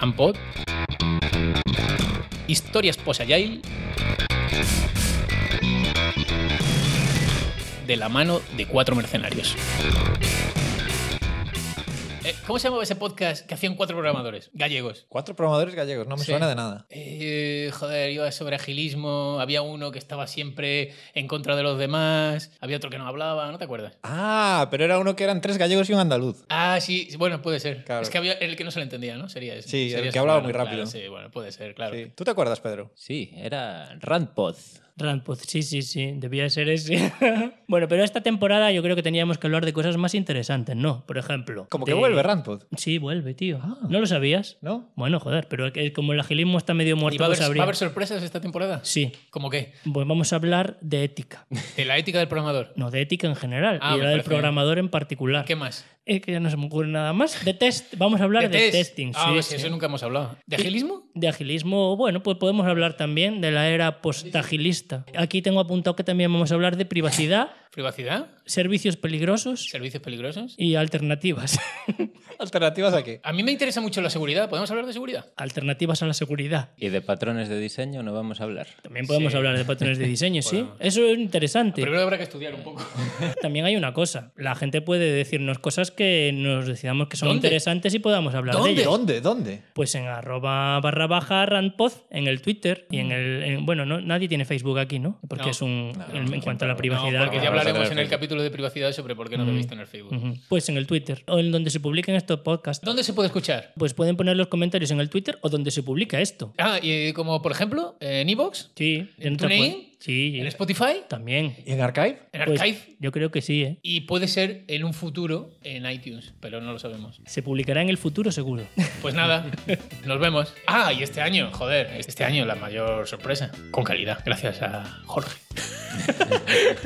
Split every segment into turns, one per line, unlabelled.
and Pod, Historias Post Agile, de la mano de cuatro mercenarios. Eh, ¿Cómo se llamaba ese podcast que hacían cuatro programadores gallegos?
Cuatro programadores gallegos, no me
Sí.
suena de nada.
Eh, joder, iba sobre agilismo, había uno que estaba siempre en contra de los demás, había otro que no hablaba, ¿no te acuerdas?
Ah, pero era uno que eran tres gallegos y un andaluz.
Ah, sí, bueno, puede ser.
Claro.
Es que había el que no se le entendía, ¿no? Sería ese.
Sí, el
Sería
que
ese,
hablaba
claro,
muy rápido.
claro, sí, bueno, puede ser, claro.
Sí. ¿Tú te acuerdas, Pedro?
Sí, era Randpod.
Rampod, sí, sí, sí, debía ser ese. bueno, pero esta temporada yo creo que teníamos que hablar de cosas más interesantes, ¿no? Por ejemplo.
Como que
de-
vuelve Randpod,
Sí, vuelve, tío.
Ah.
¿No lo sabías?
¿no?
Bueno, joder, pero que- como el agilismo está medio
¿Y
muerto,
va a,
pues
haber,
habría-
va a haber sorpresas esta temporada?
Sí,
¿Cómo qué?
pues vamos a hablar de ética.
¿De la ética del programador?
No, de ética en general,
Ah,
y
me
la del
parece bien.
programador en particular.
¿Qué más?
Es que ya no se me ocurre nada más. De test, vamos a hablar de,
test?
testing.
Ah,
sí,
pues
sí.
eso nunca hemos hablado. ¿De agilismo?
De agilismo, bueno, pues podemos hablar también de la era postagilista. Aquí tengo apuntado que también vamos a hablar de privacidad,
¿Privacidad?
servicios peligrosos
¿Servicios peligrosos?
y alternativas.
¿Alternativas a qué?
A mí me interesa mucho la seguridad. ¿Podemos hablar de seguridad?
alternativas a la seguridad.
Y de patrones de diseño no vamos a hablar.
También podemos
Sí.
hablar de patrones de diseño, sí.
Podemos.
Eso es interesante.
Primero habrá que estudiar un poco.
También hay una cosa. La gente puede decirnos cosas que nos decidamos que son
¿Dónde?
interesantes y podamos hablar de ellas.
¿Dónde? ¿Dónde?
Pues en arroba barra baja randpoz, en el Twitter y en el... en- bueno, no, nadie tiene Facebook aquí, ¿no? Porque
Mm. No.
es un...
No,
en, en cuanto a la
No,
privacidad...
porque
que-
ya
vamos a
hablaremos
tener
en el
Facebook.
capítulo de privacidad sobre por qué no debéis tener Facebook.
Ujú. Pues en el Twitter o en donde se publiquen estos podcasts.
¿Dónde se puede escuchar?
Pues pueden poner los comentarios en el Twitter o donde se publica esto.
Ah, y como por ejemplo, en Evox,
Sí.
¿En
otra
TuneIn?
fu- Sí.
en Spotify,
También.
¿Y en Archive?
en
Pues,
Archive.
yo creo que sí, ¿eh?
Y puede ser en un futuro en iTunes, pero no lo sabemos.
Se publicará en el futuro seguro.
Pues nada, nos vemos. Ah, y este año, joder, este año la mayor sorpresa. Con calidad, gracias a Jorge.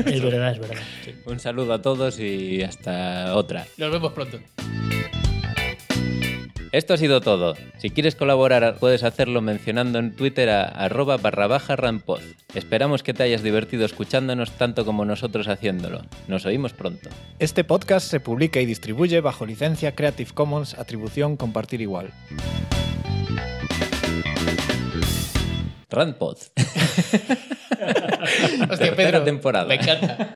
es verdad, es verdad.
Un saludo a todos y hasta otra.
Nos vemos pronto.
Esto ha sido todo. Si quieres colaborar, puedes hacerlo mencionando en Twitter a arroba barra baja rampod. Esperamos que te hayas divertido escuchándonos tanto como nosotros haciéndolo. Nos oímos pronto.
Este podcast se publica y distribuye bajo licencia Creative Commons Atribución Compartir Igual.
Rampod.
Hostia,
Tercera
Pedro.
temporada.
Me encanta.